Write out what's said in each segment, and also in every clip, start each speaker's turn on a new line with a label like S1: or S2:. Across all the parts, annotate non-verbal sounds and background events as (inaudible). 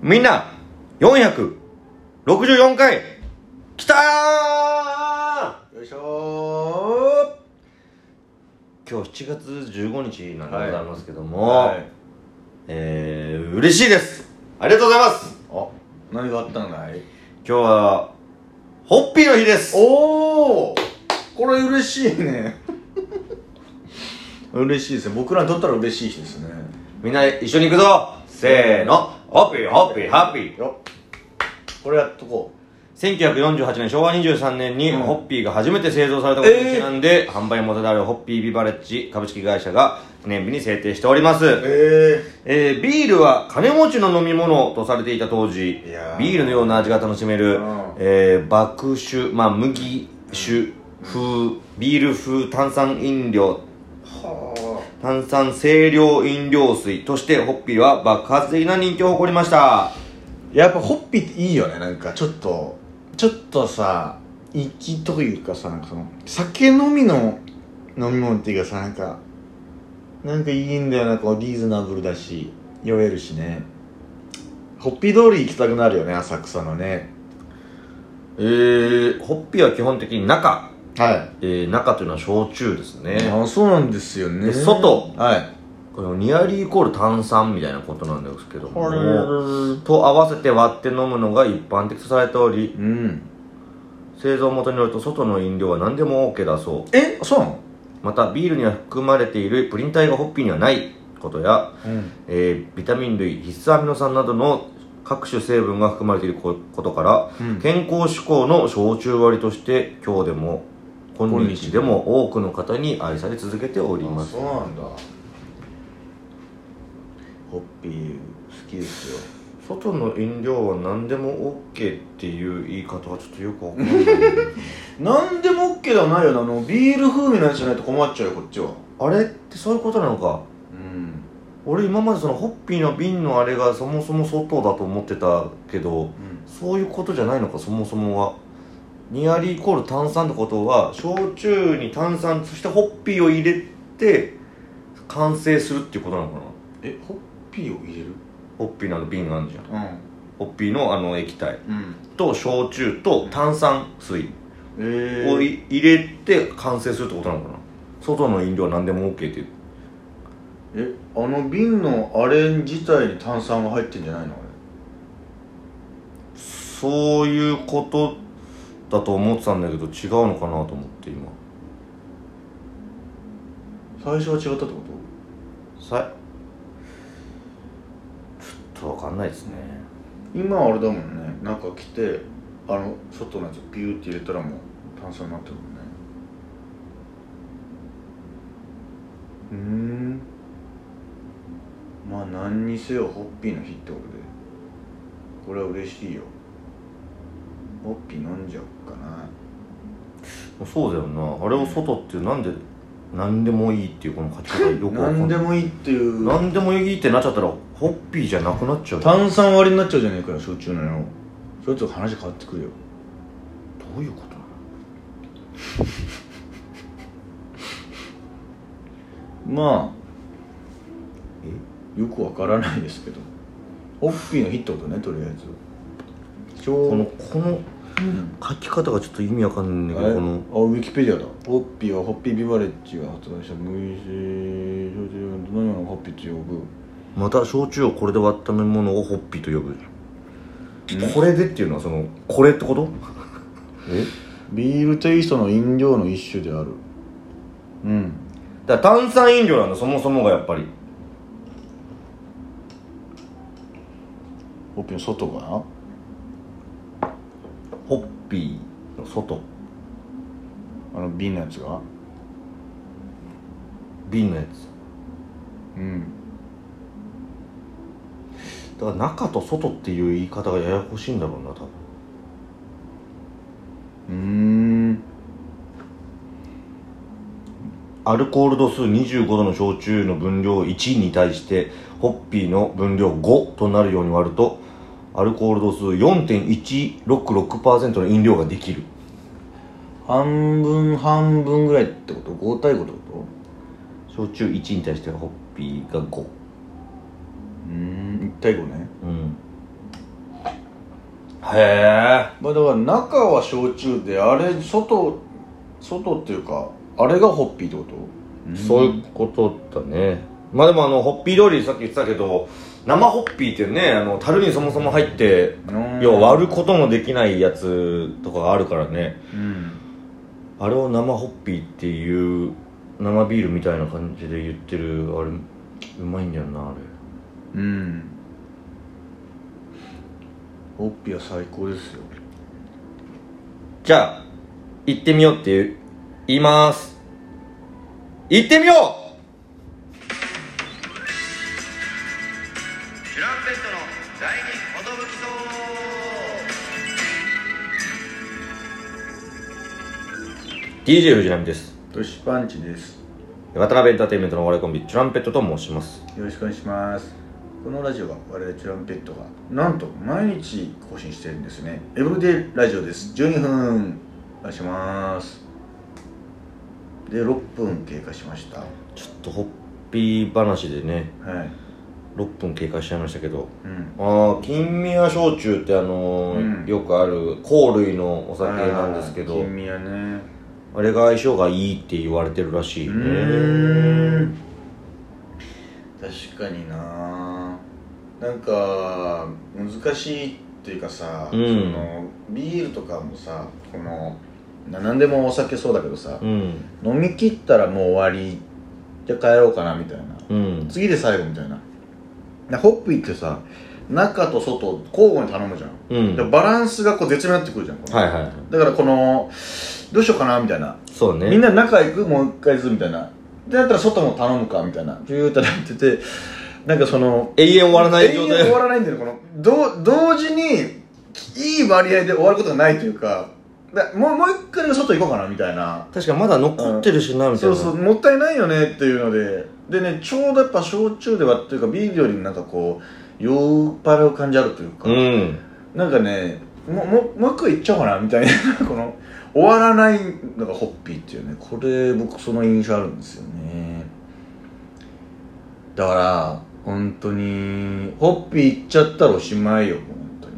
S1: みんな、464回、来たー
S2: よいしょ
S1: 今日7月15日なんで
S2: はい
S1: ございますけど
S2: ー
S1: も、
S2: はい
S1: えー、嬉しいですありがとうございます
S2: あ何があったんだい
S1: 今日は、ホッピーの日です
S2: おおこれ嬉しいね (laughs) 嬉しいですね僕らにとったら嬉しい日ですね
S1: みんな一緒に行くぞせーの、ホッピー、ホッピー、ハッピー
S2: よっこれやっとこ
S1: 1948年昭和23年に
S2: うん
S1: ホッピーが初めて製造されたことにちなんで、販売元であるホッピービバレッジ株式会社が記念日に制定しております、
S2: うえ
S1: えービールは金持ちの飲み物とされていた当時
S2: いやー
S1: ビールのような味が楽しめる、
S2: うん
S1: えー麦酒、まあ、麦酒風ビール風炭酸飲料
S2: えは
S1: 炭酸清涼飲料水としてホッピーは爆発的な人気を誇りました
S2: あやっぱホッピーっていいよねなんかちょっとちょっとさ粋というかさなんかその酒飲みの飲み物っていうかさなんかなんかいいんだよなこうリーズナブルだし酔えるしねホッピー通り行きたくなるよね浅草のね
S1: えー、ホッピーは基本的に中、
S2: はい
S1: えー中というのは焼酎ですね
S2: あそうなんですよね
S1: で外
S2: はい
S1: このニアリーイコール炭酸みたいなことなんですけども
S2: う
S1: と合わせて割って飲むのが一般的とされており
S2: ん
S1: 製造元によると外の飲料は何でも OK だそ
S2: えそうなの
S1: うまたビールには含まれているプリン体がホッピーにはないことや、
S2: うん
S1: えービタミン類必須アミノ酸などの各種成分が含まれているこことから、
S2: うん
S1: 健康志向の焼酎割として今日でも今日でも多くの方に愛され続けております
S2: そうなんだホッピー好きですよ
S1: 外の飲料は何でも OK っていう言い方はちょっとよくわかんない
S2: (laughs) なんでも OK ではないよなあのビール風味のやつじゃないと困っちゃうよこっちは
S1: あれってそういうことなのか
S2: うん
S1: 俺今までそのホッピーの瓶のあれがそもそも外だと思ってたけどそういうことじゃないのかそもそもはニアリーイコール炭酸ってことは焼酎に炭酸そしてホッピーを入れて完成するっていうことなのかな
S2: えホッピーを入れる
S1: ホッピーのあの瓶あんじゃん
S2: う
S1: ホッピーのあの液体
S2: んうん
S1: と焼酎と炭酸水
S2: え
S1: を
S2: ー、
S1: い入れて完成するってことなのかな外の飲料は何でも OK っていう
S2: えあの瓶のあれ自体に炭酸が入ってんじゃないのあ
S1: そういうことだと思ってたんだけど違うのかなと思って今
S2: れ最初は違ったってこ
S1: さちょっとわかんないですね
S2: と今はあれだもんねなんか来てあの外のやつビューって入れたらもう炭酸になってるもんねうーんまあ何にせよホッピーの日ってことでこれは嬉しいよホッピー飲んじゃおうかな
S1: そうだよなあれを外ってなんで何でもいいっていうこの書き方よくわかん
S2: 何
S1: な
S2: で
S1: い
S2: もいいっていう
S1: 何でもいいってなっちゃったらホッピーじゃなくなっちゃうど
S2: 炭酸割りになっちゃうじゃねえかよ焼酎のよそいつ話変わってくるよ
S1: ういうことなの
S2: ま
S1: え
S2: あよくわからないですけどホッピーの日ってことねとりあえずちょ
S1: こ
S2: う
S1: のこの書き方がちょっと意味わかんないけ
S2: あれ
S1: どこの
S2: あウィキペディアだホッピーはホッピービバレッジが発売した無意識焼酎の飲み物をホッピーと呼ぶ
S1: また焼酎をこれで割った飲み物をホッピーと呼ぶ、これでっていうのはそのこれってこと
S2: えビールテイストの飲料の一種であるうん
S1: だから炭酸飲料なんだそもそもがやっぱり
S2: ホッピーの外かな
S1: ホッピーの外
S2: あの瓶のやつが
S1: 瓶のや
S2: うん
S1: つだから中と外っていう言い方がややこしいんだろうな多分
S2: うーん
S1: アルコール度数25度の焼酎の分量1に対してホッピーの分量5となるように割るとアルコール度数4.166%の飲料ができる
S2: 半分半分ぐらいってこと5対5ってこと
S1: 焼酎1に対してホッピーが5
S2: うーん1対5ね
S1: うんへ
S2: まあだから中は焼酎であれ外外っていうかあれがホッピーってこと、
S1: えそういうことだねまあでもあのホッピー料理さっき言ってたけど生ホッピーってねあの樽にそもそも入って
S2: うん
S1: 要は割ることのできないやつとかがあるからね
S2: うん
S1: あれを生ホッピーっていう生ビールみたいな感じで言ってるあれうまいんだよなあれ
S2: うんホッピーは最高ですよ
S1: じゃあ行ってみようって言う言います行ってみよう
S3: チュランペットの第二ほどぶきそう
S1: DJ 藤波です
S2: トシパンチです
S1: 渡辺エンターテインメントのお笑いコンビチュランペットと申します
S2: よろしくお願いしますこのラジオは我々チュランペットがなんと毎日更新してるんですねエブリデイラジオです12分お願いしますで6分経過しましたは
S1: ちょっとホッピー話でね
S2: い
S1: 6分経過しちゃいましたけど
S2: うん
S1: ああ金宮焼酎ってあのー
S2: うん
S1: よくある香類のお酒なんですけ
S2: あー
S1: ど
S2: 金宮ね
S1: あれが相性がいいって言われてるらしいうね
S2: ーん確かにななんか難しいっていうかさ、
S1: うん
S2: そのビールとかもさこのな何でもお酒そうだけどさ
S1: う、ん
S2: 飲み切ったらもう終わりじゃあ帰ろうかなみたいな
S1: うん
S2: 次で最後みたいななホッピーってさ中と外交互に頼むじゃん、
S1: うん
S2: でバランスがこう絶妙になってくるじゃんこの
S1: はいはい
S2: だからこのどうしようかなみたいな
S1: そうね
S2: みんな仲行くもう一回ずつみたいなでだったら外も頼むかみたいなピューってなっててなんかその
S1: 永遠終わらない状
S2: 永遠終
S1: 態
S2: わらないんだよこのどう同時にいい割合で終わることがないというかだもうもう一回外行こうかなみたいな
S1: 確かにまだ残ってるしなみたいな
S2: そうそうもったいないよねっていうのででねちょうどやっぱ焼酎で割ってるかビールよりなんかこう酔っ払う感じあるというか、
S1: うん
S2: なんかねもうもうもう一個いっちゃおうかなみたいな (laughs) この終わらないのがホッピーっていうねこれ僕その印象あるんですよねだから本当にホッピーいっちゃったらおしまいよもう本当に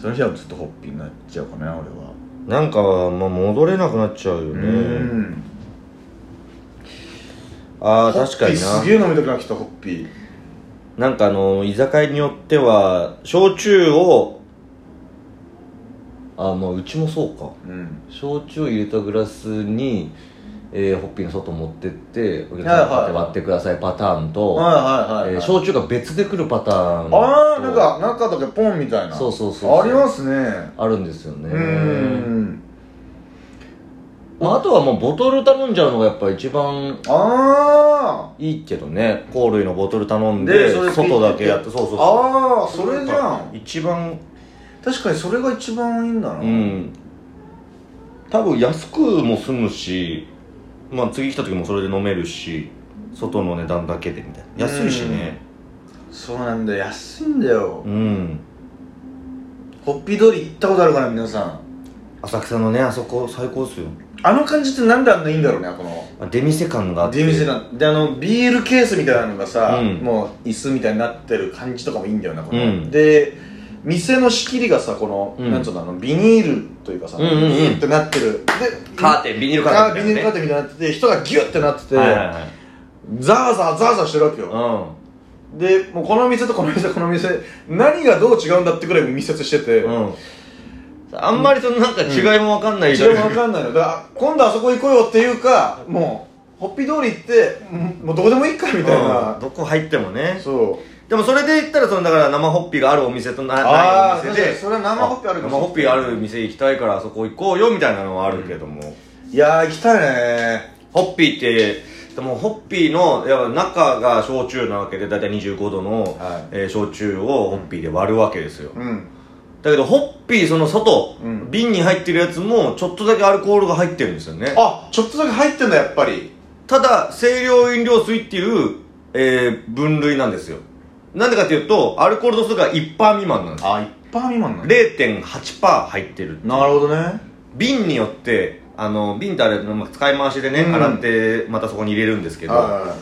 S2: その日はずっとホッピーになっちゃうかな俺は
S1: なんか、まあ、戻れなくなっちゃうよ
S2: う
S1: ね
S2: ん
S1: ああ
S2: ホッ
S1: 確か
S2: ピー
S1: にな
S2: すげえ飲みたくなってきたホッピー
S1: なんかあの居酒屋によっては焼酎をあまあうちもそうか
S2: うん
S1: 焼酎を入れたグラスに、えーホッピーの外持ってってお客
S2: は
S1: さ
S2: い
S1: ん
S2: はい
S1: 買って割ってくださいパターン
S2: は
S1: と、
S2: いはいはい、
S1: えー
S2: はい
S1: 焼酎が別で来るパターンと
S2: ああなんか中だけポンみたいな
S1: そうそうそうそう
S2: ありますね
S1: あるんですよね
S2: うん
S1: まあ、あとはもうボトル頼んじゃうのがやっぱ一番
S2: あ
S1: いいけどね香類のボトル頼
S2: あ
S1: んで外だけやってそうそうそう
S2: ああそれじゃん
S1: 一番
S2: 確かにそれが一番いいんだな
S1: うん多分安くも済むしまあ次来た時もそれで飲めるし外の値段だけでみたいな安いしね
S2: そうなんだよ安いんだよ
S1: うん
S2: ホッピー通り行ったことあるから皆さん
S1: 浅草のねあそこ最高っすよ
S2: あの感じってなんであんないいんだろうねこの
S1: あ出店感があって
S2: 出店なんであのビールケースみたいなのがさ、
S1: うん
S2: もう椅子みたいになってる感じとかもいいんだよなこの、
S1: うん
S2: で店の仕切りがさこの、
S1: うん
S2: なんつうのあのビニールというかさ、
S1: うんうんうん
S2: ビニールってなってるで
S1: カーテンビニールカーテン
S2: ビニー
S1: みた
S2: ル
S1: い
S2: カ
S1: なね
S2: ーテンみたいになってて人がギュッてなってて、
S1: はいはいはい
S2: ザーザーザーザーしてるわけよ、でもうこの店とこの店とこの店何がどう違うんだってくらい密接してて、
S1: うんうんあんまりそのなんか違いもわかんない
S2: 一応分かんないのだから今度あそこ行こうよっていうかもうホッピー通り行ってうんもうどこでもいいかみたい
S1: うん
S2: な、
S1: どこ入ってもね
S2: そう
S1: でもそれで言ったらそのだから生ホッピーがあるお店とな
S2: あ
S1: な
S2: ー
S1: いお店
S2: 確か
S1: で
S2: にそれは生ホッピーあるか
S1: 生
S2: もしれない
S1: ホッピーある店行きたいからあそこ行こうよみたいなのはあるけども、
S2: いやー行きたいね
S1: ホッピーってでもホッピーのやっぱ中が焼酎なわけで大体25度の、
S2: はい
S1: えー焼酎をホッピーで割るわけですよ、
S2: うん
S1: だけどホッピーその外、
S2: うん
S1: 瓶に入ってるやつもちょっとだけアルコールが入ってるんですよね
S2: あちょっとだけ入ってんだやっぱり
S1: ただ清涼飲料水っていう、えー分類なんですよなんでかっていうとアルコール度数が1%未満なんです
S2: あ一般未満なんだ
S1: 0.8%入ってる
S2: なるほどね
S1: 瓶によってあの瓶ってあれまあ使い回しでね、
S2: うん
S1: 洗ってまたそこに入れるんですけど、
S2: は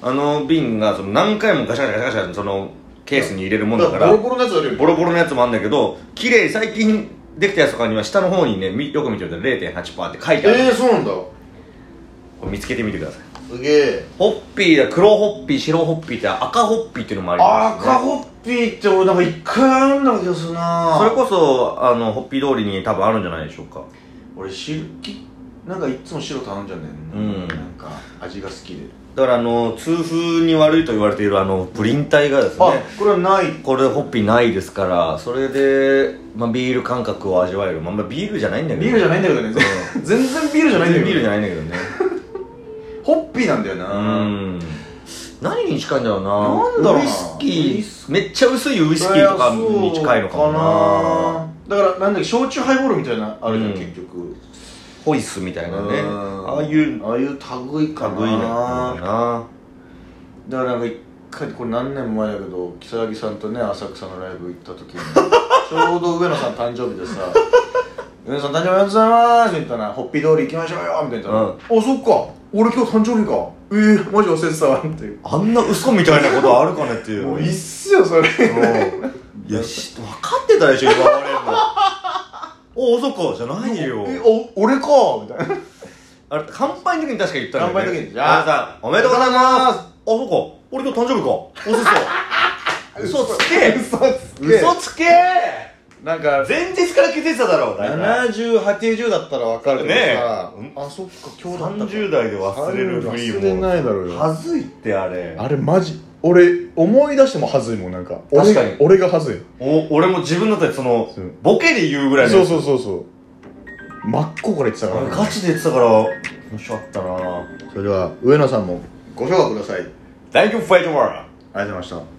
S1: あの瓶がその何回もガシャガシャガシャガシャそのケースに入れるもんだ
S2: だ
S1: か
S2: かららボロボロのやつあるよ
S1: ボロボロのやつもあるんだけど綺麗最近できたやつとかには下の方にねみよく見てると0.8%って書いてある、
S2: ええー、そうなんだ
S1: これ見つけてみてください
S2: すげえ
S1: ホッピーだ黒ホッピー白ホッピーって赤ホッピーっていうのもありますね
S2: 赤ホッピーって俺なんか一回あんだ気がするな
S1: それこそあのホッピー通りに多分あるんじゃないでしょうか
S2: 俺白きなんかいつも白頼んじゃうんだよね、
S1: うん
S2: なんか味が好きで、
S1: だからあの痛風に悪いと言われているあのプリン体がです
S2: あ
S1: ね
S2: これはない
S1: これホッピーないですからそれで、まあ、ビール感覚を味わえるまあまあビールじゃないんだけど
S2: ビールじゃないんだけどね全然ビールじゃないんだけど
S1: ビールじゃないんだけどね
S2: ホッピーなんだよ
S1: う
S2: な、
S1: ん何に近いんだろうな
S2: なんだろうな
S1: ウイスキ
S2: ウイ
S1: ー
S2: ス
S1: めっちゃ薄いウイスキーとかに近いのかもな
S2: なだからなんだっけ焼酎ハイボールみたいなあるじゃん、
S1: うん
S2: 結局
S1: ホイスみたいなね
S2: うん
S1: ああいう
S2: ああいう類かな
S1: 類なのかな
S2: だからなんか一回これ何年も前だけど如月さんとね浅草のライブ行った時
S1: (laughs)
S2: にちょうど上野さん誕生日でさ「上野さん誕生日おめでとうございます」みたいな「ホッピー通り行きましょうよ」みたいな「
S1: うん
S2: あそっか俺今日誕生日かえー、マジ忘れてたわ」っていう
S1: あんな嘘みたいなことあるかねっていう
S2: もういいっすよそれ
S1: いやし分かってたでしょ言われるのおおそっかじゃないよ
S2: えお俺かみたいな
S1: あれ乾杯の時に確か言ったんだよ、ね、
S2: 乾杯の時にじゃあ
S1: 皆さんおめでとうございますあそっか俺今日誕生日かおせそう嘘つけ
S2: 嘘つけ
S1: 嘘つけ
S2: なんか
S1: 前日から気づいてただろう
S2: 7080だったら分かるけどさ、
S1: ね
S2: あそっか今日だったか
S1: 30代で忘れるフリーも
S2: 忘れないだろうよ
S1: はずいってあれ
S2: あれマジ俺思い出してもはずいもんなんか
S1: 確かに
S2: 俺俺がはずい
S1: お俺も自分だったらその
S2: そう
S1: ボケで言うぐらいの
S2: そう
S1: やつ
S2: そうそうそう真っ向から言ってたから
S1: 俺
S2: ね
S1: ガチで言ってたから面白かったな
S2: それでは上野さんもご評価くださいあり
S1: 大丈夫ファイトワー
S2: がとうございました